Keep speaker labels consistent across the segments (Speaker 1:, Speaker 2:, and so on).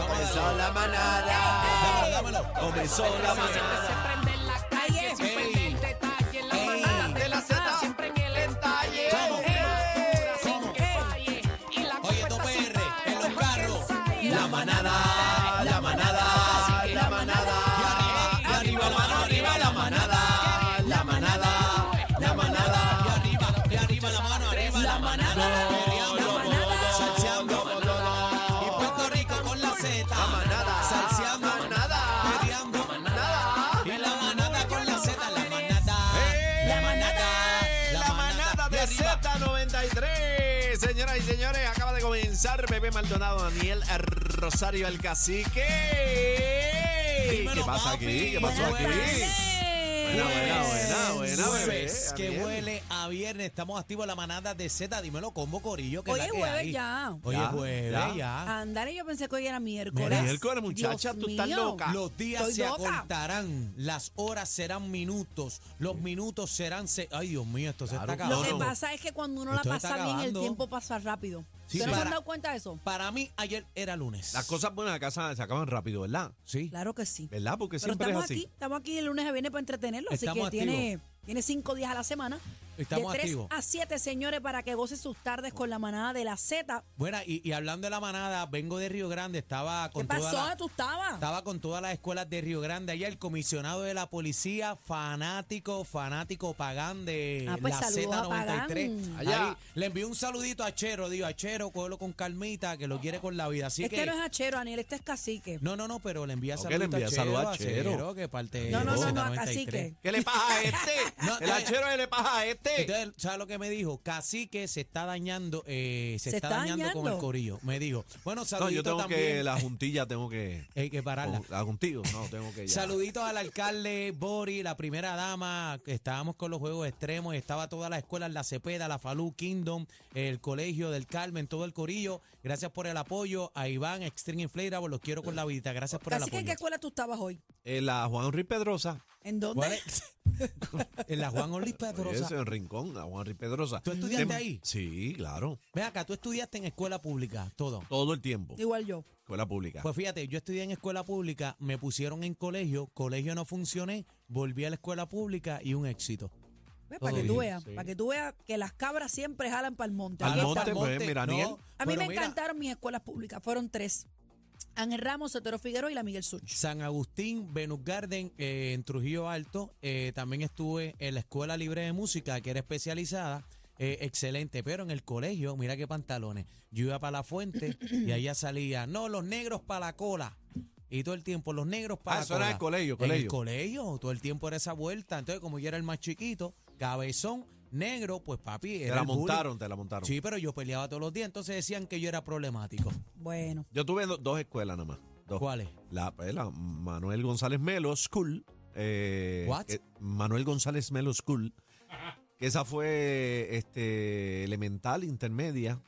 Speaker 1: Comenzó la manada. Comenzó la
Speaker 2: Se
Speaker 1: manada.
Speaker 2: prende en la calle, siempre en el detalle, en la manada de la
Speaker 1: Zeta.
Speaker 2: Z, siempre en el detalle.
Speaker 1: ¿Cómo?
Speaker 2: Ey,
Speaker 1: ¿Cómo?
Speaker 2: sin que falle, y la
Speaker 3: Oye,
Speaker 2: copa
Speaker 3: tu
Speaker 2: está sin
Speaker 3: PR, en los
Speaker 2: par,
Speaker 3: carros.
Speaker 2: deja que
Speaker 1: La manada, la manada, la manada. Y arriba, mano arriba, la manada. La manada, la manada.
Speaker 3: Y arriba la mano, arriba la manada. Perreando, salseando. Y Puerto Rico con la Z. Salseando, perreando. Y la manada con la Z. La manada. La manada.
Speaker 4: La manada de
Speaker 3: arriba.
Speaker 4: Z93. Señoras y señores, acaba de comenzar Bebé Maldonado, Daniel eh, Rosario el Cacique. ¿Qué
Speaker 3: Dímelo,
Speaker 4: pasa
Speaker 3: papi.
Speaker 4: aquí? ¿Qué pasó
Speaker 3: Buenas
Speaker 4: aquí? Buena, buena, buena, buena, bebé.
Speaker 3: Jueves, que
Speaker 4: Daniel.
Speaker 3: huele a viernes. Estamos activos la manada de Z. Dímelo, combo corillo. Que
Speaker 5: Hoy
Speaker 3: es
Speaker 5: es
Speaker 3: la que
Speaker 5: jueves
Speaker 3: hay.
Speaker 5: ya.
Speaker 3: Hoy es
Speaker 4: Ya,
Speaker 3: jueves
Speaker 4: ya.
Speaker 3: ya.
Speaker 5: Andale, yo pensé que hoy era miércoles.
Speaker 4: Miércoles, muchacha,
Speaker 5: Dios
Speaker 4: tú estás
Speaker 5: mío.
Speaker 4: loca.
Speaker 3: Los días
Speaker 5: Ah, Estoy
Speaker 3: se
Speaker 5: loca.
Speaker 3: acortarán, las horas serán minutos, los minutos serán... se- Ay, Dios mío, esto se
Speaker 4: Claro,
Speaker 3: está
Speaker 5: Lo
Speaker 3: acabando.
Speaker 5: que pasa es que cuando uno la
Speaker 3: Esto se
Speaker 5: pasa
Speaker 3: está
Speaker 5: bien, el
Speaker 3: acabando.
Speaker 5: tiempo pasa rápido.
Speaker 3: Sí,
Speaker 5: ¿Ustedes no se
Speaker 3: para-
Speaker 5: han dado cuenta de eso?
Speaker 3: Para mí, ayer era lunes.
Speaker 4: Las cosas buenas acá se se acaban rápido, ¿verdad?
Speaker 3: Sí.
Speaker 5: Claro que sí.
Speaker 4: ¿Verdad? Porque
Speaker 5: Pero
Speaker 4: siempre es
Speaker 5: estamos
Speaker 4: así.
Speaker 5: aquí, estamos aquí el lunes a viernes para entretenerlo, así que
Speaker 3: Estamos
Speaker 5: tiene, tiene cinco días a la semana.
Speaker 3: Estamos
Speaker 5: de 3
Speaker 3: activos.
Speaker 5: a 7, señores, para que gocen sus tardes con la manada de la Z.
Speaker 3: Bueno, y, y hablando de la manada, vengo de Río Grande, estaba
Speaker 5: ¿Qué
Speaker 3: con toda
Speaker 5: pasó?
Speaker 3: la-
Speaker 5: ¿Tú estabas?
Speaker 3: Estaba con todas las escuelas de Río Grande allá, el comisionado de la policía, fanático, fanático pagán de
Speaker 5: Ah, pues,
Speaker 3: la
Speaker 5: saludos a
Speaker 3: Z93.
Speaker 5: Pagán.
Speaker 4: Allá.
Speaker 3: Ahí le envió un saludito a Chero, digo, a Chero, cógelo con calmita, que lo quiere con la vida. Así
Speaker 5: este
Speaker 3: que
Speaker 5: no es hachero, Aniel, este es cacique.
Speaker 3: No, no, no, pero le envía
Speaker 4: Ok,
Speaker 3: saludos
Speaker 4: le envía
Speaker 3: a Chero.
Speaker 4: saludos a
Speaker 3: a
Speaker 4: Chero.
Speaker 3: Chero, que parte
Speaker 5: No, no,
Speaker 3: de
Speaker 5: no, no, a
Speaker 3: 93.
Speaker 5: Cacique.
Speaker 4: ¿Qué le pasa a este?
Speaker 3: No, eh,
Speaker 4: el
Speaker 3: no,
Speaker 4: hachero ¿qué le pasa a este.
Speaker 3: Entonces, ¿sabes lo que me dijo? Cacique se está dañando, eh, se,
Speaker 5: Se
Speaker 3: está,
Speaker 5: está
Speaker 3: dañando, con el
Speaker 5: dañando.
Speaker 3: corillo. Me dijo. Bueno,
Speaker 4: no,
Speaker 3: saluditos
Speaker 4: yo tengo
Speaker 3: también.
Speaker 4: que, la juntilla tengo que...
Speaker 3: Hay que pararla.
Speaker 4: ¿La contigo? No, tengo que ya.
Speaker 3: Saluditos al alcalde Bori, la primera dama, que estábamos con los juegos extremos, estaba toda la escuela, la Cepeda, la Falú, Kingdom, el colegio del Carmen, todo el corillo. Gracias por el apoyo. A Iván, Extreme Inflatable, los quiero con la vida. Gracias por
Speaker 5: Cacique, ¿en
Speaker 3: el
Speaker 5: qué
Speaker 3: apoyo.
Speaker 5: escuela tú estabas hoy?
Speaker 4: Eh, la Juan Henry Pedrosa.
Speaker 5: ¿En dónde?
Speaker 3: ¿Cuál es? en la Juan Orlis Pedrosa.
Speaker 4: Ese en Rincón, la Juan Henry Pedrosa.
Speaker 3: ¿Tú estudiaste
Speaker 4: Tem-
Speaker 3: ahí?
Speaker 4: Sí, claro.
Speaker 3: Ve acá, tú estudiaste en escuela pública, todo.
Speaker 4: Todo el tiempo.
Speaker 5: Igual yo.
Speaker 4: Escuela pública.
Speaker 3: Pues fíjate, yo estudié en escuela pública, me pusieron en colegio, colegio no funcioné, volví a la escuela pública y un éxito.
Speaker 5: Ve, para
Speaker 3: Todo
Speaker 5: que tú
Speaker 4: bien,
Speaker 5: veas,
Speaker 4: sí.
Speaker 5: para que tú veas que las cabras siempre jalan para el monte.
Speaker 4: Al
Speaker 5: Aquí
Speaker 4: monte,
Speaker 5: estamos.
Speaker 4: pues, mira, Aniel.
Speaker 5: A mí
Speaker 3: pero
Speaker 5: me
Speaker 3: mira,
Speaker 5: encantaron mis escuelas públicas, fueron tres. Ángel Ramos, Sotero Figueroa y la Miguel Such.
Speaker 3: San Agustín, Venus Garden, eh, en Trujillo Alto, eh, también estuve en la Escuela Libre de Música, que era especializada, eh, excelente, pero en el colegio, mira qué pantalones, yo iba para la fuente y allá salía, no, los negros para la cola. Y todo el tiempo, los negros para
Speaker 4: Ah,
Speaker 3: la
Speaker 4: eso era
Speaker 3: cola.
Speaker 4: el colegio,
Speaker 3: En
Speaker 4: colegio.
Speaker 3: el colegio, todo el tiempo era esa vuelta. Entonces, como yo era el más chiquito, cabezón, negro, pues papi,
Speaker 4: te
Speaker 3: era
Speaker 4: la
Speaker 3: el bullying.
Speaker 4: montaron, te la montaron.
Speaker 3: Sí, pero yo peleaba todos los días, entonces decían que yo era problemático.
Speaker 5: Bueno,
Speaker 4: Yo tuve do- dos escuelas nada más. Dos.
Speaker 3: ¿Cuáles?
Speaker 4: La, pues, la Manuel González Melo School. eh,
Speaker 3: What?
Speaker 4: que- Manuel González Melo School. Que esa fue este, elemental, intermedia.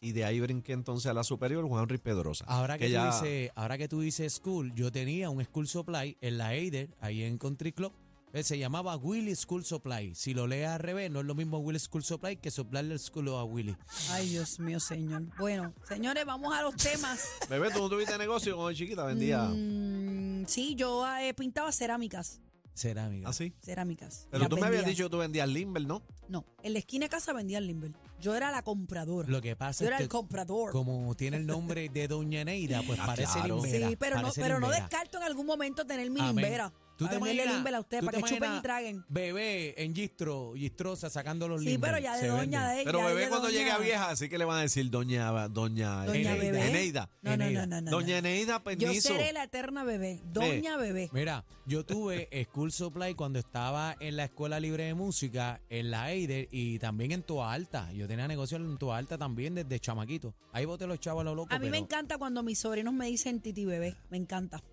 Speaker 4: Y de ahí brinqué entonces a la superior, Juan Henry Pedrosa.
Speaker 3: Ahora que, tú
Speaker 4: ya-
Speaker 3: dices, ahora que tú dices school, yo tenía un school supply en la Eider, ahí en Country Club. Él se llamaba Willy School Supply. Si lo lees al revés, no es lo mismo Willy School Supply que soplarle el school a Willy.
Speaker 5: ay Dios mío, señor. Bueno, señores, vamos a los temas.
Speaker 4: Bebé, tú no tuviste negocio cuando chiquita, vendía.
Speaker 5: Mm, sí, yo eh, pintaba cerámicas,
Speaker 3: Cerámica.
Speaker 4: Así.
Speaker 5: cerámicas.
Speaker 4: Ah, Pero
Speaker 5: Las
Speaker 4: tú me habías
Speaker 5: vendía.
Speaker 4: dicho que tú vendías Limber, ¿no?
Speaker 5: No, en la esquina de casa vendía el limber. Yo era la compradora.
Speaker 3: Lo que pasa
Speaker 5: yo era
Speaker 3: es
Speaker 5: el
Speaker 3: que
Speaker 5: comprador.
Speaker 3: como tiene el nombre de Doña Neida, pues
Speaker 4: Ah,
Speaker 3: parece
Speaker 4: claro.
Speaker 3: limbera,
Speaker 5: sí, pero no,
Speaker 3: parece
Speaker 5: pero no
Speaker 3: limbera.
Speaker 5: descarto en algún momento tener mi
Speaker 3: Amén.
Speaker 5: limbera.
Speaker 3: ¿Tú
Speaker 5: A
Speaker 3: te
Speaker 5: venderle
Speaker 3: imaginas-
Speaker 5: limber a ustedes
Speaker 3: tú
Speaker 5: para
Speaker 3: te
Speaker 5: que chupen y
Speaker 3: imaginas
Speaker 5: traguen.
Speaker 3: Bebé en Gistro, Gistrosa, sacando los
Speaker 5: Sí,
Speaker 3: limber,
Speaker 5: pero ya de
Speaker 3: se
Speaker 5: doña
Speaker 3: vende.
Speaker 5: de
Speaker 4: Pero
Speaker 5: ya
Speaker 4: bebé
Speaker 5: de
Speaker 4: cuando
Speaker 5: doña-
Speaker 4: llega vieja, así que le van a decir doña doña,
Speaker 5: Doña
Speaker 4: Eneida.
Speaker 5: Bebé.
Speaker 4: Eneida.
Speaker 5: No, no,
Speaker 3: Eneida.
Speaker 5: no, no, no.
Speaker 4: doña
Speaker 5: no.
Speaker 4: Eneida
Speaker 5: Yo
Speaker 4: Penizo.
Speaker 5: seré la eterna bebé, doña bebé.
Speaker 3: Mira, yo tuve School Supply cuando estaba en la Escuela Libre de Música, en la Eider y también en Toa Alta. Yo tenía negocios en Toa Alta también desde chamaquito. Ahí boté los chavos a lo loco.
Speaker 5: A mí me
Speaker 3: pero-
Speaker 5: encanta cuando mis sobrinos me dicen titi bebé, me encanta.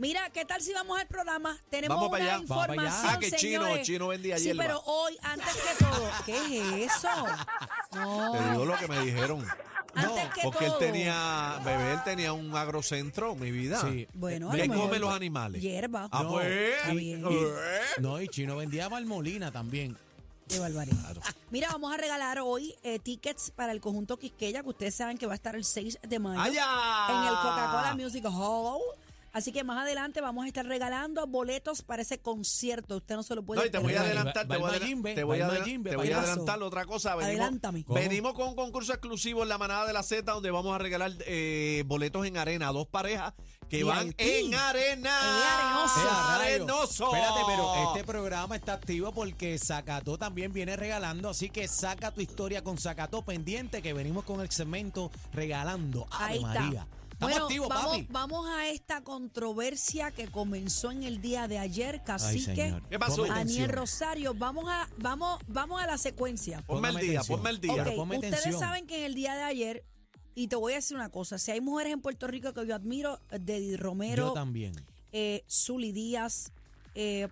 Speaker 5: Mira, ¿qué tal si vamos al programa? Tenemos
Speaker 4: Vamos para
Speaker 5: una
Speaker 4: allá.
Speaker 3: Vamos para allá.
Speaker 5: información,
Speaker 4: Ah, que chino,
Speaker 5: señores.
Speaker 4: chino vendía
Speaker 5: Sí,
Speaker 4: hierba.
Speaker 5: pero hoy, antes que todo, ¿qué es eso? No,
Speaker 4: Te digo lo que me dijeron.
Speaker 5: antes que
Speaker 4: Porque él
Speaker 5: todo.
Speaker 4: tenía, bebé, él tenía un agrocentro, mi vida.
Speaker 3: Sí.
Speaker 5: Bueno, a
Speaker 4: ¿Qué
Speaker 5: lo mejor-
Speaker 4: come los animales?
Speaker 5: Hierba.
Speaker 4: Ah,
Speaker 3: No,
Speaker 4: pues.
Speaker 5: está bien.
Speaker 4: eh,
Speaker 3: No, y Chino vendía Malmolina también.
Speaker 5: Qué barbaridad. Mira, vamos a regalar hoy eh, tickets para el conjunto Quisqueya, que ustedes saben que va a estar el 6 de mayo
Speaker 4: ¡Allá!
Speaker 5: en el Coca-Cola Music Hall. Así que más adelante vamos a estar regalando boletos para ese concierto. Usted no se lo puede
Speaker 4: No, y te voy a
Speaker 5: perder.
Speaker 4: adelantar,
Speaker 3: Va
Speaker 4: te
Speaker 3: el
Speaker 4: voy a,
Speaker 3: Mayimbe,
Speaker 4: adela- te
Speaker 3: va
Speaker 4: voy
Speaker 3: el
Speaker 4: a adela-
Speaker 3: Mayimbe,
Speaker 4: te
Speaker 3: va
Speaker 4: voy
Speaker 3: el
Speaker 4: a
Speaker 3: Mazo.
Speaker 4: adelantar otra cosa. Venimos,
Speaker 5: Adelántame.
Speaker 3: ¿Cómo?
Speaker 4: venimos con un concurso exclusivo en la manada de la Z donde vamos a regalar eh, boletos en arena a dos parejas que
Speaker 5: Y
Speaker 4: van
Speaker 5: al team.
Speaker 4: en arena.
Speaker 5: En
Speaker 3: Sea, rayos.
Speaker 4: Arenoso.
Speaker 3: Espérate, pero este programa está activo porque Zacató también viene regalando, así que saca tu historia con Zacató pendiente que venimos con el segmento regalando. Ave
Speaker 5: Ahí está.
Speaker 3: María. Estamos
Speaker 5: bueno,
Speaker 3: activos,
Speaker 5: vamos,
Speaker 3: papi.
Speaker 5: vamos a esta controversia que comenzó en el día de ayer, cacique.
Speaker 3: señor.
Speaker 4: ¿Qué pasó?
Speaker 3: Ponme
Speaker 5: Daniel
Speaker 3: atención.
Speaker 5: Rosario, vamos a, vamos, vamos a la secuencia.
Speaker 4: Ponme el
Speaker 3: Póngame
Speaker 4: día,
Speaker 3: atención.
Speaker 4: ponme el día.
Speaker 5: Ok,
Speaker 3: Pero ponme
Speaker 5: Ustedes
Speaker 3: atención.
Speaker 5: saben que en el día de ayer, y te voy a decir una cosa, si hay mujeres en Puerto Rico que yo admiro, Deddy
Speaker 3: Yo
Speaker 5: Romero,
Speaker 3: también.
Speaker 5: eh, Zuli Díaz, eh,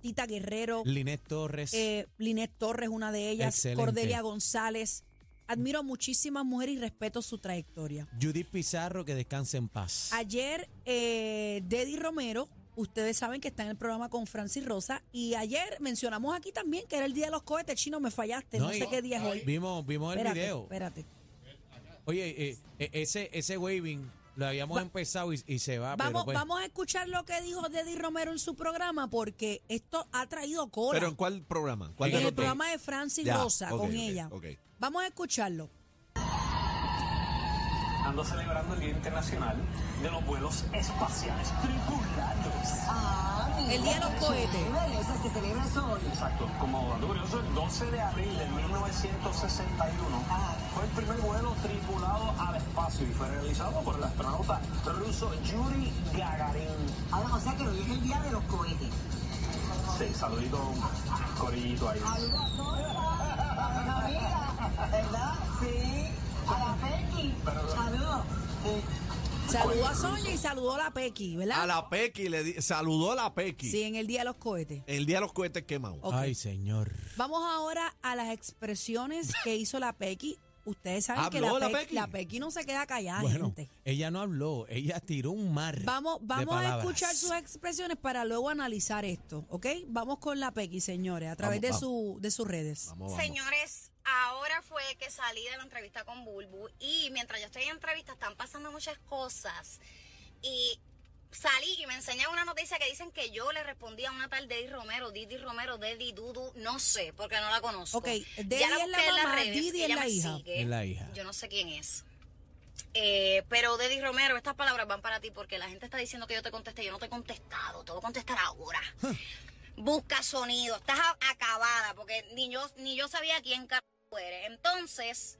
Speaker 5: Tita Guerrero,
Speaker 3: Linet Torres.
Speaker 5: eh, Linet Torres, una de ellas,
Speaker 3: Excelente.
Speaker 5: Cordelia González. Admiro a muchísimas mujeres y respeto su trayectoria.
Speaker 3: Judith Pizarro, que descanse en paz.
Speaker 5: Ayer, eh, Deddy Romero, ustedes saben que está en el programa con Francis Rosa, y ayer mencionamos aquí también que era el día de los cohetes chinos, me fallaste, este no,
Speaker 3: No, y-
Speaker 5: sé qué día es hoy.
Speaker 3: Vimos, vimos el
Speaker 5: Espérate,
Speaker 3: video.
Speaker 5: espérate.
Speaker 4: Ah,
Speaker 3: Oye, eh, eh, ese, ese waving lo habíamos
Speaker 5: Va-
Speaker 3: empezado y, y se va.
Speaker 5: Vamos,
Speaker 3: pero pues,
Speaker 5: vamos a escuchar lo que dijo Deddy Romero en su programa porque esto ha traído cola.
Speaker 4: Pero ¿en cuál programa? ¿Cuál
Speaker 5: en
Speaker 4: de
Speaker 5: el
Speaker 4: los dos?
Speaker 5: Este programa de Francis
Speaker 4: Ya,
Speaker 5: Rosa
Speaker 4: ok,
Speaker 5: con
Speaker 4: ok,
Speaker 5: ella.
Speaker 4: ok.
Speaker 5: Vamos a escucharlo.
Speaker 6: Ando celebrando el Día Internacional de los Vuelos Espaciales Tripulados.
Speaker 5: El día de los cohetes.
Speaker 6: Exacto, como dato curioso, el 12 de abril de 1961 fue el primer vuelo tripulado al espacio y fue realizado por el astronauta ruso Yuri Gagarin.
Speaker 7: Ahora, o sea que hoy es el día de los cohetes.
Speaker 6: Sí, saludito, corillito ahí.
Speaker 7: Saludos a todos. A la amiga, ¿verdad? Sí. A la Peggy. Saludos. Sí.
Speaker 5: Saludó a Sonia y saludó a la Pequi, ¿verdad?
Speaker 4: A la Pequi, le di- saludó a la Pequi.
Speaker 5: Sí, en el día de los cohetes.
Speaker 4: El día de los cohetes quemados.
Speaker 5: Ok.
Speaker 3: Ay, señor.
Speaker 5: Vamos ahora a las expresiones que hizo la Pequi. Ustedes saben que
Speaker 4: ¿Habló la
Speaker 5: la, Pequi,
Speaker 4: Pequi?
Speaker 5: la Pequi no se queda callada,
Speaker 3: Bueno,
Speaker 5: gente.
Speaker 3: ella no habló, ella tiró un mar.
Speaker 5: Vamos,
Speaker 3: de
Speaker 5: vamos a
Speaker 3: palabras.
Speaker 5: escuchar sus expresiones para luego analizar esto, ¿ok? Vamos con la Pequi, señores, a través
Speaker 4: Vamos,
Speaker 5: de, su, de sus redes.
Speaker 4: Vamos, vamos.
Speaker 8: Señores, ahora fue que salí de la entrevista con Bulbu y mientras yo estoy en entrevista están pasando muchas cosas y salí y me enseñan una noticia que dicen que yo le respondí a una tal Deddy Romero, Didi Romero, Deddy Dudu, no sé, porque no la conozco.
Speaker 5: Ok, Deddy
Speaker 8: Ya
Speaker 5: es la
Speaker 8: busqué en las
Speaker 5: mamá,
Speaker 8: redes,
Speaker 5: Didi es
Speaker 8: ella
Speaker 5: la
Speaker 8: me
Speaker 5: hija.
Speaker 8: sigue,
Speaker 3: Es la hija.
Speaker 8: Yo no sé quién es. Eh, pero Deddy Romero, estas palabras van para ti porque la gente está diciendo que yo te contesté, yo no te he contestado, te voy a contestar ahora. Busca sonido, estás a- acabada porque ni yo ni yo sabía quién carajo eres. Entonces,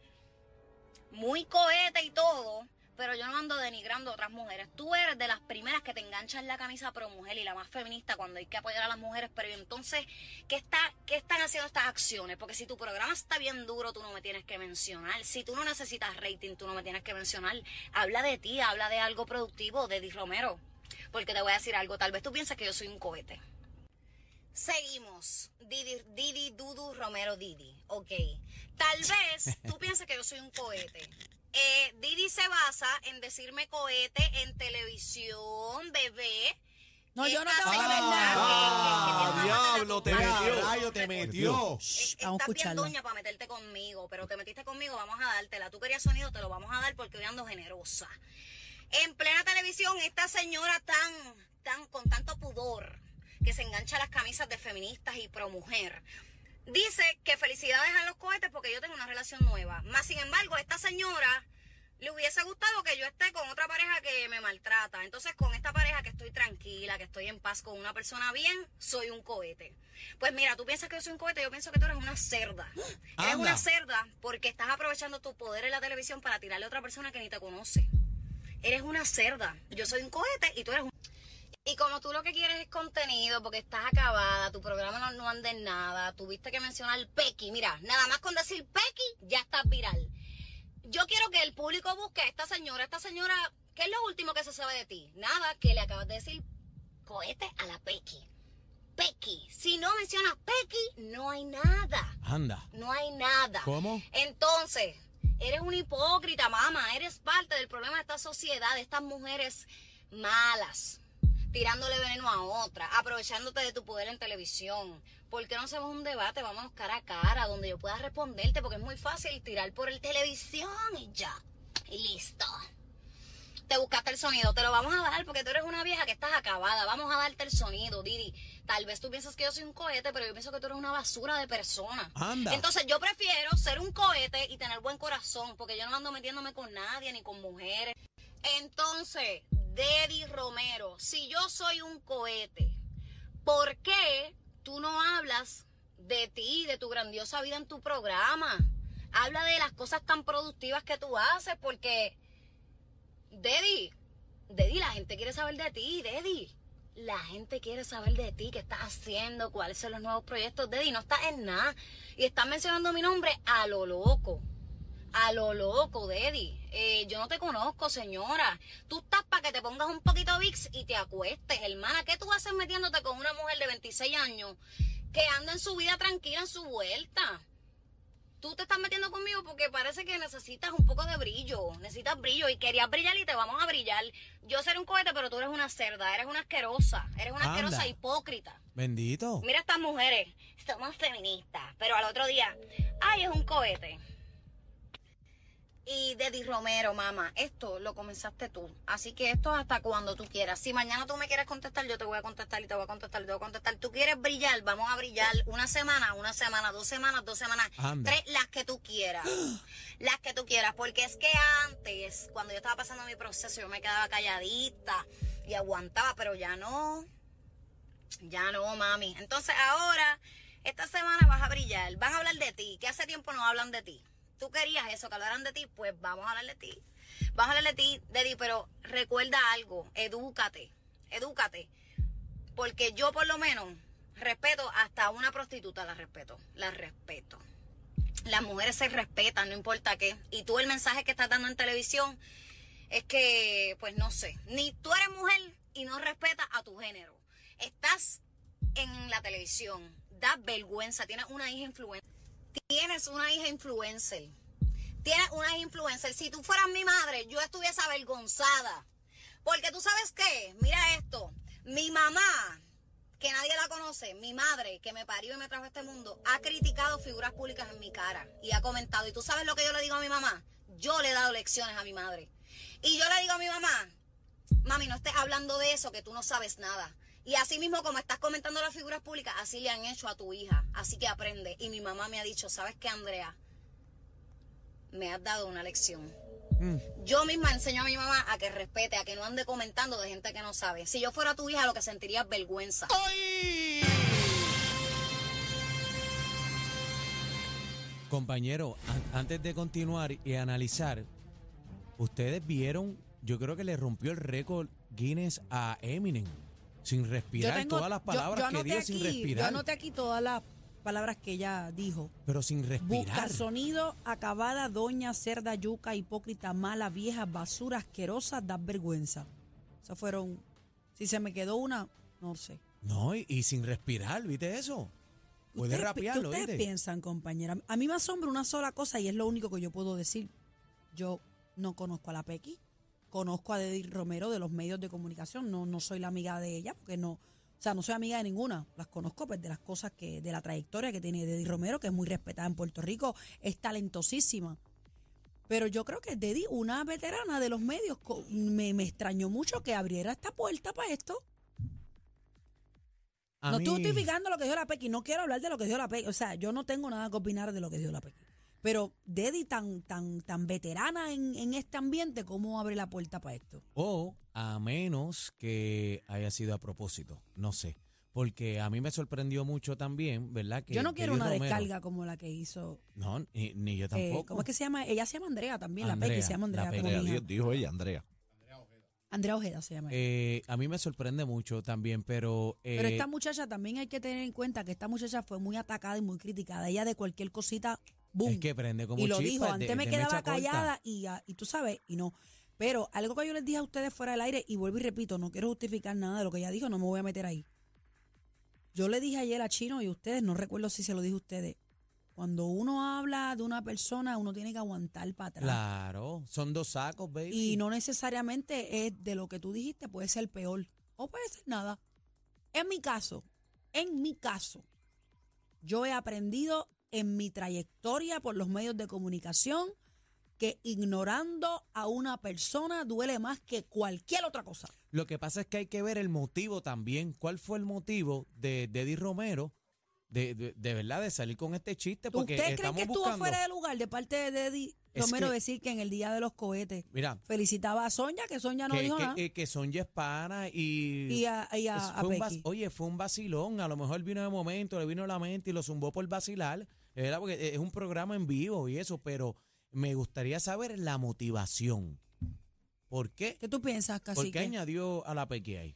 Speaker 8: muy cohete y todo, pero yo no ando denigrando a otras mujeres. Tú eres de las primeras que te enganchan la camisa pro mujer y la más feminista cuando hay que apoyar a las mujeres, pero ¿y entonces, ¿qué, está, ¿qué están haciendo estas acciones? Porque si tu programa está bien duro, tú no me tienes que mencionar. Si tú no necesitas rating, tú no me tienes que mencionar. Habla de ti, habla de algo productivo, de Di Romero. Porque te voy a decir algo, tal vez tú piensas que yo soy un cohete. Seguimos. Didi, Didi, Dudu, Romero, Didi. Ok. Tal vez tú pienses que yo soy un cohete. Eh, Didi se basa en decirme cohete en televisión, bebé.
Speaker 5: No, yo no te voy a
Speaker 8: Esta
Speaker 5: creer
Speaker 8: señora
Speaker 5: nada.
Speaker 8: que- que- que tiene una
Speaker 4: Ah,
Speaker 8: mata
Speaker 4: diablo,
Speaker 8: natural.
Speaker 4: te metió.
Speaker 3: rayo, te metió.
Speaker 5: Shh,
Speaker 8: Estás
Speaker 5: vamos a
Speaker 8: bien
Speaker 5: escucharlo.
Speaker 8: doña para meterte conmigo, pero te metiste conmigo, vamos a dártela. Tú querías sonido, te lo vamos a dar porque hoy ando generosa. En plena televisión, esta señora tan, tan, con tanto pudor, que se engancha a las camisas de feministas y pro mujer, dice que felicidades a los cohetes porque yo tengo una relación nueva. Más sin embargo, esta señora le hubiese gustado que yo esté con otra pareja que me maltrata. Entonces, con esta pareja que estoy tranquila, que estoy en paz con una persona bien, soy un cohete. Pues mira, tú piensas que yo soy un cohete, yo pienso que tú eres una cerda. Eres
Speaker 3: Anda.
Speaker 8: una cerda porque estás aprovechando tu poder en la televisión para tirarle a otra persona que ni te conoce. Eres una cerda. Yo soy un cohete y tú eres un... Y como tú lo que quieres es contenido, porque estás acabada, tu programa no, no anda en nada, tuviste que mencionar Pequi, mira, nada más con decir Pequi ya estás viral. Yo quiero que el público busque a esta señora, esta señora, ¿qué es lo último que se sabe de ti? Nada, que le acabas de decir cohete a la Pequi. Pequi, si no mencionas Pequi, no hay nada.
Speaker 3: Anda.
Speaker 8: No hay nada.
Speaker 3: ¿Cómo?
Speaker 8: Entonces, eres un hipócrita, mamá. Eres parte del problema de esta sociedad, de estas mujeres malas. tirándole veneno a otra, aprovechándote de tu poder en televisión. ¿Por qué no hacemos un debate? Vámonos cara a cara, donde yo pueda responderte, porque es muy fácil tirar por el televisión y ya. Y listo. Te buscaste el sonido, te lo vamos a dar porque tú eres una vieja que estás acabada. Vamos a darte el sonido, Didi. Tal vez tú piensas que yo soy un cohete, pero yo pienso que tú eres una basura de persona.
Speaker 3: Anda.
Speaker 8: Entonces yo prefiero ser un cohete y tener buen corazón, porque yo no ando metiéndome con nadie ni con mujeres. Entonces, Deddy Romero, si yo soy un cohete, ¿por qué tú no hablas de ti, de tu grandiosa vida en tu programa? Habla de las cosas tan productivas que tú haces, porque, Deddy, Deddy, la gente quiere saber de ti, Deddy. La gente quiere saber de ti, qué estás haciendo, cuáles son los nuevos proyectos, Deddy. No estás en nada. Y estás mencionando mi nombre a lo loco. A lo loco, Deddy. Eh, yo no te conozco, señora. Tú estás para que te pongas un poquito VIX y te acuestes, hermana. ¿Qué tú haces metiéndote con una mujer de 26 años que anda en su vida tranquila, en su vuelta? Tú te estás metiendo conmigo porque parece que necesitas un poco de brillo, necesitas brillo y querías brillar y te vamos a brillar. Yo seré un cohete, pero tú eres una cerda, eres una asquerosa, eres una
Speaker 3: Anda.
Speaker 8: asquerosa hipócrita.
Speaker 3: Bendito.
Speaker 8: Mira estas mujeres, somos feministas, pero al otro día, ay, es un cohete. Y Deddy Romero, mamá, esto lo comenzaste tú. Así que esto es hasta cuando tú quieras. Si mañana tú me quieres contestar, yo te voy a contestar y te voy a contestar y te voy a contestar. Tú quieres brillar, vamos a brillar una semana, una semana, dos semanas, dos semanas,
Speaker 3: Anda.
Speaker 8: tres, las que tú quieras. Las que tú quieras. Porque es que antes, cuando yo estaba pasando mi proceso, yo me quedaba calladita y aguantaba, pero ya no. Ya no, mami. Entonces ahora, esta semana vas a brillar, vas a hablar de ti, que hace tiempo no hablan de ti. Tú querías eso, que hablaran de ti, pues vamos a hablar de ti. Vamos a hablar de ti, de ti, pero recuerda algo, edúcate, edúcate. Porque yo por lo menos respeto hasta una prostituta, la respeto, la respeto. Las mujeres se respetan, no importa qué. Y tú el mensaje que estás dando en televisión es que, pues no sé, ni tú eres mujer y no respetas a tu género. Estás en la televisión, da vergüenza, tienes una hija influencer. Tienes una hija influencer. Tienes una hija influencer. Si tú fueras mi madre, yo estuviese avergonzada. Porque tú sabes qué, mira esto, mi mamá, que nadie la conoce, mi madre, que me parió y me trajo a este mundo, ha criticado figuras públicas en mi cara y ha comentado, y tú sabes lo que yo le digo a mi mamá, yo le he dado lecciones a mi madre. Y yo le digo a mi mamá, mami, no estés hablando de eso, que tú no sabes nada. Y así mismo, como estás comentando las figuras públicas, así le han hecho a tu hija. Así que aprende. Y mi mamá me ha dicho, ¿sabes qué, Andrea? Me has dado una lección. Yo misma enseño a mi mamá a que respete, a que no ande comentando de gente que no sabe. Si yo fuera tu hija, lo que sentiría es vergüenza.
Speaker 3: Compañero, an- antes de continuar y analizar, ustedes vieron, yo creo que le rompió el récord Guinness a Eminem. Sin respirar, todas las palabras
Speaker 5: yo, yo
Speaker 3: que
Speaker 5: anoté
Speaker 3: dio
Speaker 5: aquí,
Speaker 3: sin
Speaker 5: Yo
Speaker 3: respirar.
Speaker 5: anoté aquí todas las palabras que ella dijo.
Speaker 3: Pero sin
Speaker 5: Busca
Speaker 3: respirar.
Speaker 5: sonido, acabada, doña, cerda, yuca, hipócrita, mala, vieja, basura, asquerosa, da vergüenza. Esas fueron. Si se me quedó una, no sé.
Speaker 3: No, y, y sin respirar, ¿viste eso? Puedes
Speaker 5: ¿Ustedes pi-
Speaker 3: rapearlo,
Speaker 5: ¿Qué ustedes
Speaker 3: ¿viste?
Speaker 5: piensan, compañera? A mí me asombra una sola cosa y es lo único que yo puedo decir. Yo no conozco a la Pequi, conozco a Deddy Romero de los medios de comunicación, no, no soy la amiga de ella, porque no, o sea, no soy amiga de ninguna. Las conozco pues, de las cosas que, de la trayectoria que tiene Deddy Romero, que es muy respetada en Puerto Rico, es talentosísima. Pero yo creo que Deddy, una veterana de los medios, co- me, me extrañó mucho que abriera esta puerta para esto.
Speaker 3: A
Speaker 5: No
Speaker 3: mí-
Speaker 5: estoy justificando lo que dijo la Pequi, no quiero hablar de lo que dijo la Pequi. O sea, yo no tengo nada que opinar de lo que dijo la Pequi. Pero Deddy, tan, tan, tan veterana en, en este ambiente, ¿cómo abre la puerta para esto?
Speaker 3: O a menos que haya sido a propósito, no sé. Porque a mí me sorprendió mucho también, ¿verdad? Que
Speaker 5: yo no quiero
Speaker 3: Teddy
Speaker 5: una
Speaker 3: Romero-
Speaker 5: descarga como la que hizo.
Speaker 3: No, ni, ni yo
Speaker 5: eh,
Speaker 3: tampoco.
Speaker 5: ¿Cómo es que se llama? Ella se llama Andrea también, la Pequi
Speaker 3: Andrea,
Speaker 5: se llama Andrea.
Speaker 3: la
Speaker 5: como
Speaker 3: Pequi.
Speaker 5: mi hija.
Speaker 4: Andrea, dijo ella, Andrea.
Speaker 5: Andrea Ojeda se llama. ella.
Speaker 3: Eh, a mí me sorprende mucho también, pero... eh,
Speaker 5: Pero esta muchacha también hay que tener en cuenta que esta muchacha fue muy atacada y muy criticada. Ella de cualquier cosita, boom.
Speaker 3: Es que prende como
Speaker 5: y lo
Speaker 3: chispa,
Speaker 5: dijo,
Speaker 3: de-
Speaker 5: antes
Speaker 3: de
Speaker 5: me
Speaker 3: mecha
Speaker 5: quedaba
Speaker 3: corta.
Speaker 5: callada y, ah, y tú sabes, y no. Pero algo que yo les dije a ustedes fuera del aire, y vuelvo y repito, no quiero justificar nada de lo que ella dijo, no me voy a meter ahí. Yo le dije ayer a Chino y ustedes, no recuerdo si se lo dije a ustedes, cuando uno habla de una persona, uno tiene que aguantar para atrás.
Speaker 3: Claro, son dos sacos, baby.
Speaker 5: Y no necesariamente es de lo que tú dijiste, puede ser peor. o puede ser nada. En mi caso, en mi caso, yo he aprendido en mi trayectoria por los medios de comunicación que ignorando a una persona duele más que cualquier otra cosa.
Speaker 3: Lo que pasa es que hay que ver el motivo también. ¿Cuál fue el motivo de, de Eddie Romero de, de, de verdad de salir con este chiste? Porque
Speaker 5: ¿Usted cree
Speaker 3: estamos
Speaker 5: que estuvo
Speaker 3: buscando.
Speaker 5: fuera de lugar de parte de Eddie
Speaker 3: Es
Speaker 5: Romero
Speaker 3: que-
Speaker 5: decir que en el día de los cohetes
Speaker 3: Mira,
Speaker 5: felicitaba a Sonia, que Sonia no
Speaker 3: que,
Speaker 5: dijo
Speaker 3: que- eh,
Speaker 5: nada?
Speaker 3: que- que son ya hispanas y.
Speaker 5: y a, y a-
Speaker 3: Es-
Speaker 5: a
Speaker 3: fue un vas-
Speaker 5: Pequi.
Speaker 3: oye, fue un vacilón. A lo mejor vino de momento, le vino la mente y lo zumbó por vacilar. ¿verdad? Porque es un programa en vivo y eso, pero me gustaría saber la motivación. ¿Por qué?
Speaker 5: ¿Qué tú piensas,
Speaker 3: ¿Por qué
Speaker 5: Cacique?
Speaker 3: añadió a la Pequi ahí?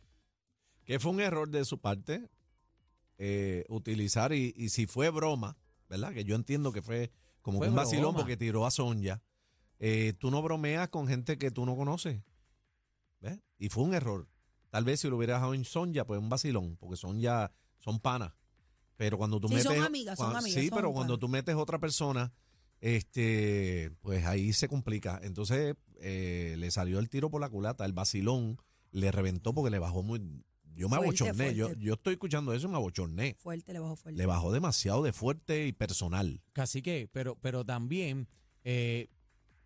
Speaker 4: que fue un error de su parte eh, utilizar y, y si fue broma, ¿verdad? Que yo entiendo que fue como
Speaker 3: Fue
Speaker 4: que un vacilón
Speaker 3: broma.
Speaker 4: porque tiró a Sonja. Eh, tú no bromeas con gente que tú no conoces. ¿Ves? Y fue un error. Tal vez si lo hubiera dejado en Sonja, pues un vacilón, porque Sonja son panas. Pero cuando tú
Speaker 5: Sí,
Speaker 4: metes.
Speaker 5: son amigas, son
Speaker 4: cuan-
Speaker 5: amigas,
Speaker 4: Sí,
Speaker 5: son
Speaker 4: pero cuando
Speaker 5: panas.
Speaker 4: tú metes otra persona, este, pues ahí se complica. Entonces eh, le salió el tiro por la culata, el vacilón le reventó porque le bajó muy. Yo me
Speaker 5: Fuerte,
Speaker 4: abochorné. Yo,
Speaker 5: fuerte.
Speaker 4: yo estoy escuchando eso y me abochorné.
Speaker 5: Fuerte, le bajó fuerte.
Speaker 4: Le bajó demasiado de fuerte y personal.
Speaker 3: Casi que, pero, pero también, eh,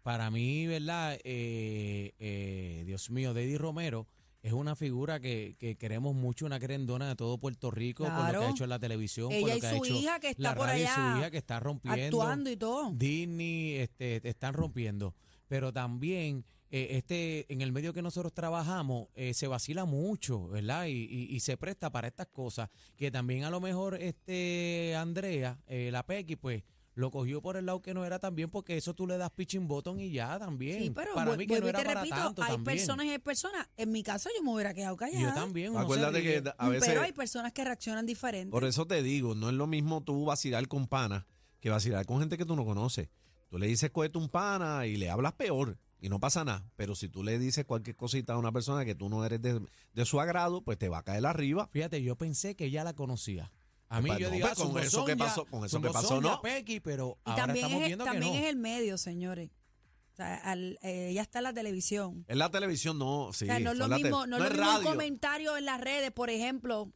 Speaker 3: para mí, ¿verdad? Eh, eh, Dios mío, Deddy Romero es una figura que, que queremos mucho, una querendona de todo Puerto Rico, por lo que
Speaker 5: Claro.
Speaker 3: ha hecho en la televisión, por
Speaker 5: Ella
Speaker 3: lo
Speaker 5: y
Speaker 3: que ha
Speaker 5: su
Speaker 3: hecho
Speaker 5: hija que está
Speaker 3: la
Speaker 5: por
Speaker 3: radio y
Speaker 5: allá
Speaker 3: su hija que está rompiendo.
Speaker 5: Actuando y todo.
Speaker 3: Disney este, te están rompiendo. Pero también eh, este, en el medio que nosotros trabajamos eh, se vacila mucho, ¿verdad? Y, y- y se presta para estas cosas. Que también a lo mejor este Andrea, eh, la Pequi, pues lo cogió por el lado que no era también porque eso tú le das pitching button y ya también.
Speaker 5: Sí, pero
Speaker 3: para
Speaker 5: vu-
Speaker 3: mí que
Speaker 5: vuelvo
Speaker 3: no
Speaker 5: y
Speaker 3: era
Speaker 5: te
Speaker 3: para
Speaker 5: repito,
Speaker 3: tanto
Speaker 5: hay
Speaker 3: también.
Speaker 5: personas y hay personas. En mi caso yo me hubiera quedado callada.
Speaker 3: Yo también. uno se
Speaker 4: Acuérdate
Speaker 3: ríe.
Speaker 4: que a veces.
Speaker 5: Pero hay personas que reaccionan diferente.
Speaker 4: Por eso te digo, no es lo mismo tú vacilar con panas que vacilar con gente que tú no conoces. Tú le dices cógete un pana y le hablas peor y no pasa nada. Pero si tú le dices cualquier cosita a una persona que tú no eres de, de su agrado, pues te va a caer arriba.
Speaker 3: Fíjate, yo pensé que ya la conocía. A mí
Speaker 4: Pues,
Speaker 3: yo
Speaker 4: no,
Speaker 3: digo,
Speaker 4: pues,
Speaker 3: ah,
Speaker 4: con
Speaker 3: zumbó
Speaker 4: eso que
Speaker 3: Sonia,
Speaker 4: pasó- con eso que
Speaker 3: zumbó
Speaker 4: pasó,
Speaker 3: Sonia,
Speaker 4: no.
Speaker 3: Pequi, pero
Speaker 5: y
Speaker 3: ahora
Speaker 5: también, es,
Speaker 3: estamos
Speaker 5: el-
Speaker 3: viendo
Speaker 5: también
Speaker 3: que no.
Speaker 5: es el medio, señores. O sea, al- eh, ella está en la televisión.
Speaker 4: En la televisión no, sí.
Speaker 5: o sea, no
Speaker 4: fue
Speaker 5: es lo
Speaker 4: en la tele-
Speaker 5: mismo, no es lo mismo un
Speaker 4: radio.
Speaker 5: comentario en las redes, por ejemplo.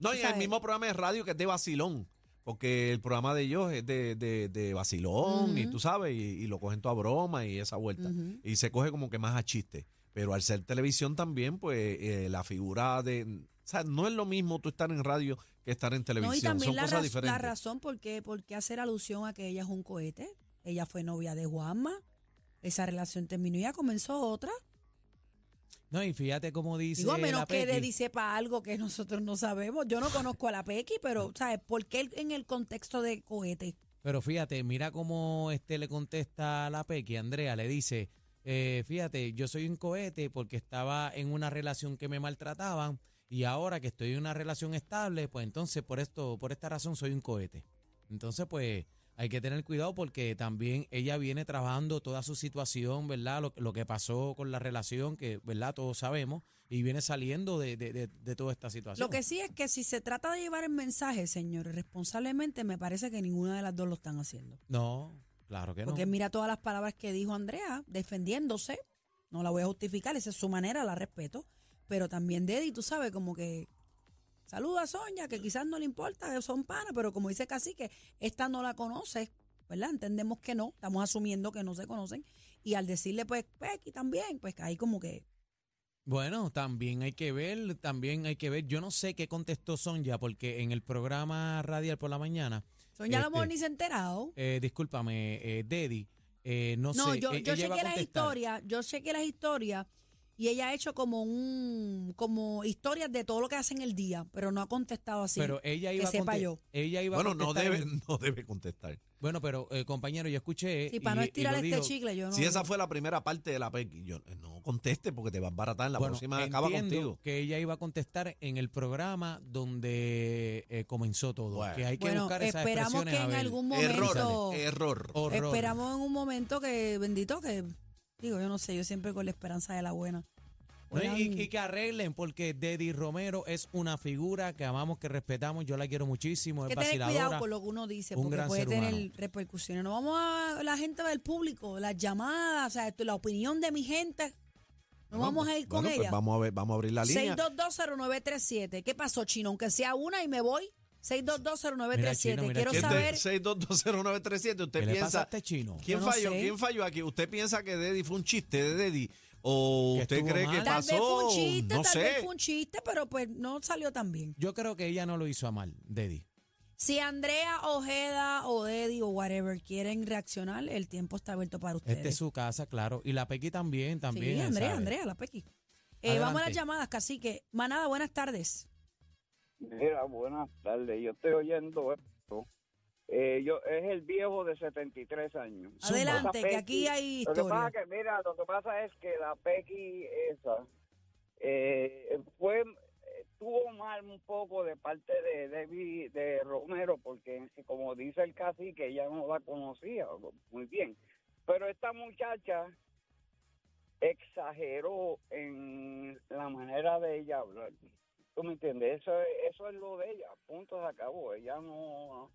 Speaker 4: No,
Speaker 5: tú
Speaker 4: y en el
Speaker 5: sabes.
Speaker 4: mismo programa de radio que es de vacilón. Porque el programa de ellos es de, de, de vacilón y tú sabes, y, y lo cogen toda broma y esa vuelta.
Speaker 5: Ujú.
Speaker 4: Y se coge como que más a chiste. Pero al ser televisión también, pues eh, la figura de... O sea, no es lo mismo tú estar en radio que estar en
Speaker 5: No, y
Speaker 4: televisión.
Speaker 5: también
Speaker 4: Son
Speaker 5: la,
Speaker 4: cosas
Speaker 5: raz- la
Speaker 4: diferentes.
Speaker 5: razón por qué, por qué hacer alusión a que ella es un cohete. Ella fue novia de Juanma. Esa relación terminó y ya comenzó otra.
Speaker 3: No, y fíjate cómo dice.
Speaker 5: Digo, a
Speaker 3: la
Speaker 5: menos que
Speaker 3: Pequi.
Speaker 5: le dice para algo que nosotros no sabemos. Yo no conozco a la Pequi, pero, ¿sabes? ¿Por qué en el contexto de cohete?
Speaker 3: Pero fíjate, mira cómo este le contesta a la Pequi. Andrea le dice: eh, Fíjate, yo soy un cohete porque estaba en una relación que me maltrataban y ahora que estoy en una relación estable, pues entonces por esto, por esta razón soy un cohete. Entonces, pues hay que tener cuidado porque también ella viene trabajando toda su situación, ¿verdad? Lo, lo que pasó con la relación, que, ¿verdad? Todos sabemos, y viene saliendo de, de- de- de toda esta situación.
Speaker 5: Lo que sí es que si se trata de llevar el mensaje, señores, responsablemente, me parece que ninguna de las dos lo están haciendo.
Speaker 3: No, claro que no.
Speaker 5: Porque mira todas las palabras que dijo Andrea, defendiéndose. No la voy a justificar, esa es su manera, la respeto. Pero también Deddy, tú sabes, como que saluda a Sonia, que quizás no le importa, son panas, pero como dice Cacique, esta no la conoce, ¿verdad? Entendemos que no, estamos asumiendo que no se conocen. Y al decirle, pues, Pequi también, pues que ahí como que
Speaker 3: Bueno, también hay que ver, también hay que ver. Yo no sé qué contestó Sonja, porque en el programa radial por la mañana,
Speaker 5: Sonia a lo
Speaker 3: Este,
Speaker 5: mejor ni se ha enterado.
Speaker 3: eh, discúlpame, eh, Deddy, eh, no,
Speaker 5: No,
Speaker 3: sé.
Speaker 5: yo,
Speaker 3: eh,
Speaker 5: yo
Speaker 3: ella iba a
Speaker 5: chequeé las
Speaker 3: contestar.
Speaker 5: historias, yo chequeé las historias y ella ha hecho como un, como historias de todo lo que hace en el día, pero no ha contestado así.
Speaker 3: Pero ella
Speaker 5: que
Speaker 3: iba, a
Speaker 5: sepa
Speaker 3: conte-
Speaker 5: yo.
Speaker 3: ella iba a
Speaker 4: Bueno, no
Speaker 3: contestar
Speaker 4: debe,
Speaker 3: en-
Speaker 4: no debe contestar.
Speaker 3: Bueno, pero eh, compañero, yo escuché.
Speaker 5: Sí, para no
Speaker 3: y- y
Speaker 5: estirar
Speaker 3: lo
Speaker 5: este
Speaker 3: dijo.
Speaker 5: chicle, yo no.
Speaker 4: Si esa fue la primera parte de la Pequi, yo, eh, no conteste porque te vas a baratar. La
Speaker 3: Bueno,
Speaker 4: próxima acaba
Speaker 3: entiendo
Speaker 4: contigo.
Speaker 3: Que ella iba a contestar en el programa donde eh, comenzó todo.
Speaker 4: Bueno.
Speaker 3: Que hay que
Speaker 5: bueno,
Speaker 3: buscar esas
Speaker 5: esperamos
Speaker 3: expresiones,
Speaker 5: que en
Speaker 3: Abel.
Speaker 5: algún momento,
Speaker 4: Error, error.
Speaker 3: Horror.
Speaker 5: esperamos en un momento que, bendito, que, digo, yo no sé, yo siempre con la esperanza de la buena.
Speaker 3: No, y-
Speaker 5: Oigan,
Speaker 3: y, y que arreglen, porque Deddy Romero es una figura que amamos, que respetamos. Yo la quiero muchísimo.
Speaker 5: hay
Speaker 3: Es
Speaker 5: que tener
Speaker 3: vaciladora.
Speaker 5: cuidado con lo que uno dice,
Speaker 3: un
Speaker 5: porque
Speaker 3: gran
Speaker 5: puede
Speaker 3: ser
Speaker 5: tener
Speaker 3: humano.
Speaker 5: repercusiones. No vamos a la gente del público, las llamadas, o sea, esto, la opinión de mi gente. No vamos a ir con
Speaker 4: Bueno, pues
Speaker 5: ella.
Speaker 4: vamos a ver, vamos a abrir la línea.
Speaker 5: 6220937. ¿Qué pasó, Chino? Aunque sea una y me voy. 6220937.
Speaker 3: mira,
Speaker 5: Quiero
Speaker 3: Chino.
Speaker 5: saber.
Speaker 4: 6220937, usted
Speaker 3: ¿Qué le
Speaker 4: piensa
Speaker 3: pasa a este chino?
Speaker 4: ¿Quién
Speaker 5: Yo no
Speaker 4: falló?
Speaker 5: sé.
Speaker 4: ¿Quién falló aquí? ¿Usted piensa que Deddy fue un chiste de Deddy? ¿O
Speaker 3: Que
Speaker 4: usted
Speaker 3: estuvo
Speaker 4: cree que
Speaker 3: mal.
Speaker 5: Tal
Speaker 4: pasó?
Speaker 5: vez fue un chiste,
Speaker 4: no
Speaker 5: tal
Speaker 4: sé.
Speaker 5: vez fue un chiste, pero pues no salió tan bien.
Speaker 3: Yo creo que ella no lo hizo a mal, Deddy.
Speaker 5: Si Andrea Ojeda o Deddy o whatever quieren reaccionar, el tiempo está abierto para ustedes.
Speaker 3: Este es su casa, claro. Y la Pequi también, también.
Speaker 5: sí, Andrea,
Speaker 3: ¿sabes?
Speaker 5: Andrea, la Pequi. Eh, vamos a
Speaker 3: Adelante.
Speaker 5: las llamadas, cacique. Manada, buenas tardes.
Speaker 9: Mira, buenas tardes. Yo estoy oyendo esto. Eh, yo, es el viejo de 73 años.
Speaker 3: Zumba.
Speaker 5: Adelante, que
Speaker 9: Pequi,
Speaker 5: aquí hay
Speaker 9: Lo que pasa
Speaker 5: historia.
Speaker 9: que, mira, lo que pasa es que la Pequi esa eh, fue eh, tuvo mal un poco de parte de Debbie de Romero porque como dice el cacique ella no la conocía muy bien pero esta muchacha exageró en la manera de ella hablar tú me entiendes eso es- eso es lo de ella punto se acabó ella no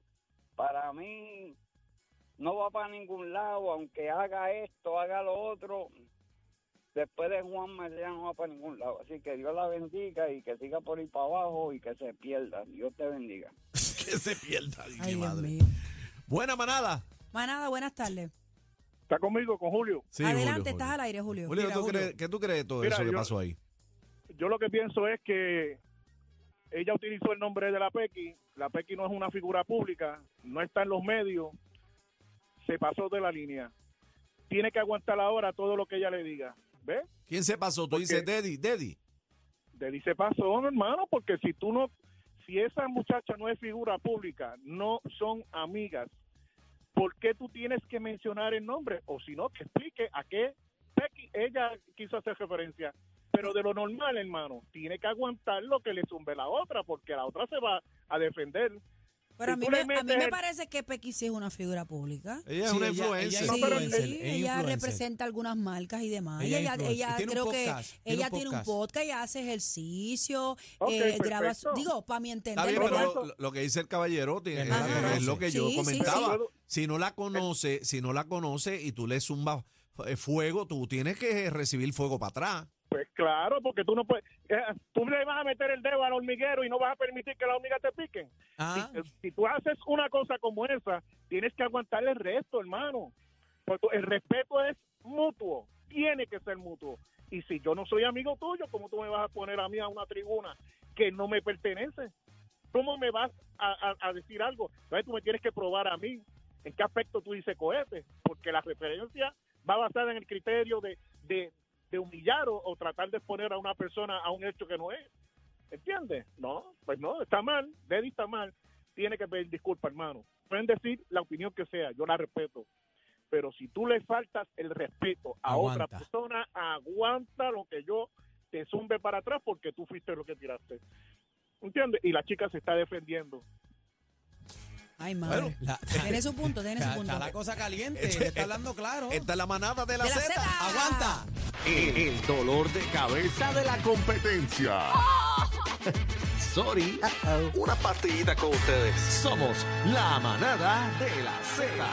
Speaker 9: para mí no va para ningún lado, aunque haga esto, haga lo otro. Después de Juan María no va para ningún lado. Así que Dios la bendiga y que siga por ahí para abajo y que se pierda. Dios te bendiga.
Speaker 4: que se pierda. ay,
Speaker 5: Ay,
Speaker 4: mi
Speaker 5: Dios
Speaker 4: madre.
Speaker 5: mío.
Speaker 4: Buena manada.
Speaker 5: Manada, buenas tardes.
Speaker 10: Está conmigo, con Julio.
Speaker 4: Sí,
Speaker 5: Adelante,
Speaker 4: Julio,
Speaker 5: estás al aire, Julio.
Speaker 4: Julio. Julio,
Speaker 3: Mira,
Speaker 4: ¿tú
Speaker 3: Julio.
Speaker 4: crees- ¿qué tú crees de todo
Speaker 10: Mira,
Speaker 4: eso que
Speaker 10: yo-
Speaker 4: pasó ahí?
Speaker 10: Yo lo que pienso es que ella utilizó el nombre de la Pequi. La Pequi no es una figura pública, no está en los medios. Se pasó de la línea. Tiene que aguantar ahora todo lo que ella le diga. ¿Ves?
Speaker 4: ¿Quién se pasó? Tú
Speaker 10: ¿Por
Speaker 4: dices,
Speaker 10: qué?
Speaker 4: Deddy, Deddy.
Speaker 10: Le dice pasó, hermano, porque si tú no, si esa muchacha no es figura pública, no son amigas, ¿por qué tú tienes que mencionar el nombre? O si no, que explique a qué Pequi- ella quiso hacer referencia. Pero de lo normal, hermano, tiene que aguantar lo que le zumbe la otra, porque la otra se va a defender.
Speaker 5: Pero a
Speaker 10: si
Speaker 5: mí,
Speaker 10: tú
Speaker 5: me,
Speaker 10: le
Speaker 5: a mí
Speaker 10: metes
Speaker 5: me
Speaker 10: el-
Speaker 5: parece que Pequi sí es una figura pública.
Speaker 4: Ella es
Speaker 3: Sí,
Speaker 4: una
Speaker 3: ella- ella
Speaker 4: influencer.
Speaker 3: es
Speaker 5: Sí,
Speaker 3: Eh, influencer,
Speaker 5: sí,
Speaker 3: es
Speaker 5: ella
Speaker 3: influencer.
Speaker 5: representa algunas marcas y demás.
Speaker 3: Ella
Speaker 5: Ella,
Speaker 3: es
Speaker 5: ella,
Speaker 3: influencer.
Speaker 5: ella
Speaker 3: Tiene un
Speaker 5: creo
Speaker 3: podcast,
Speaker 5: que
Speaker 3: tiene
Speaker 5: ella
Speaker 3: un
Speaker 5: tiene un
Speaker 3: podcast.
Speaker 5: podcast, ella hace ejercicio,
Speaker 10: Ok,
Speaker 5: eh, graba,
Speaker 10: perfecto.
Speaker 5: digo, para mi
Speaker 4: Está
Speaker 5: entender,
Speaker 4: bien,
Speaker 5: ¿verdad?
Speaker 4: pero lo, lo que dice el caballero tiene-
Speaker 3: Ajá.
Speaker 4: eh, es lo que yo
Speaker 5: Sí, sí,
Speaker 4: comentaba.
Speaker 10: sí.
Speaker 4: Si no la conoce, si no la conoce y tú le zumbas eh, fuego, tú tienes que recibir fuego para atrás.
Speaker 10: Pues claro, porque tú no puedes, eh, tú le vas a meter el dedo al hormiguero y no vas a permitir que las hormigas te piquen.
Speaker 3: Ah,
Speaker 10: Si, si tú haces una cosa como esa, tienes que aguantar el resto, hermano. Porque el respeto es mutuo, tiene que ser mutuo. Y si yo no soy amigo tuyo, ¿cómo tú me vas a poner a mí a una tribuna que no me pertenece? ¿Cómo me vas a, a- a decir algo? Entonces tú me tienes que probar a mí en qué aspecto tú dices cohete, porque la referencia va basada en el criterio de, de, de humillar o, o tratar de exponer a una persona a un hecho que no es. ¿Entiendes? No, pues no, está mal, Deddy está mal tiene que pedir disculpas, hermano. Pueden decir la opinión que sea, yo la respeto. Pero si tú le faltas el respeto a
Speaker 3: Aguanta.
Speaker 10: otra persona, aguanta lo que yo te zumbe para atrás porque tú fuiste lo que tiraste. ¿Entiendes? Y la chica se está defendiendo.
Speaker 5: Ay, madre.
Speaker 3: la-
Speaker 5: tiene su punto, tiene su
Speaker 3: está,
Speaker 5: punto.
Speaker 3: está la cosa caliente. ella está hablando claro.
Speaker 4: Esta es la manada de la,
Speaker 5: De la
Speaker 4: Z.
Speaker 5: Zeta.
Speaker 4: Aguanta.
Speaker 1: El, el dolor de cabeza de la competencia. Sorry. Una partidita con ustedes. Somos la manada de la seda.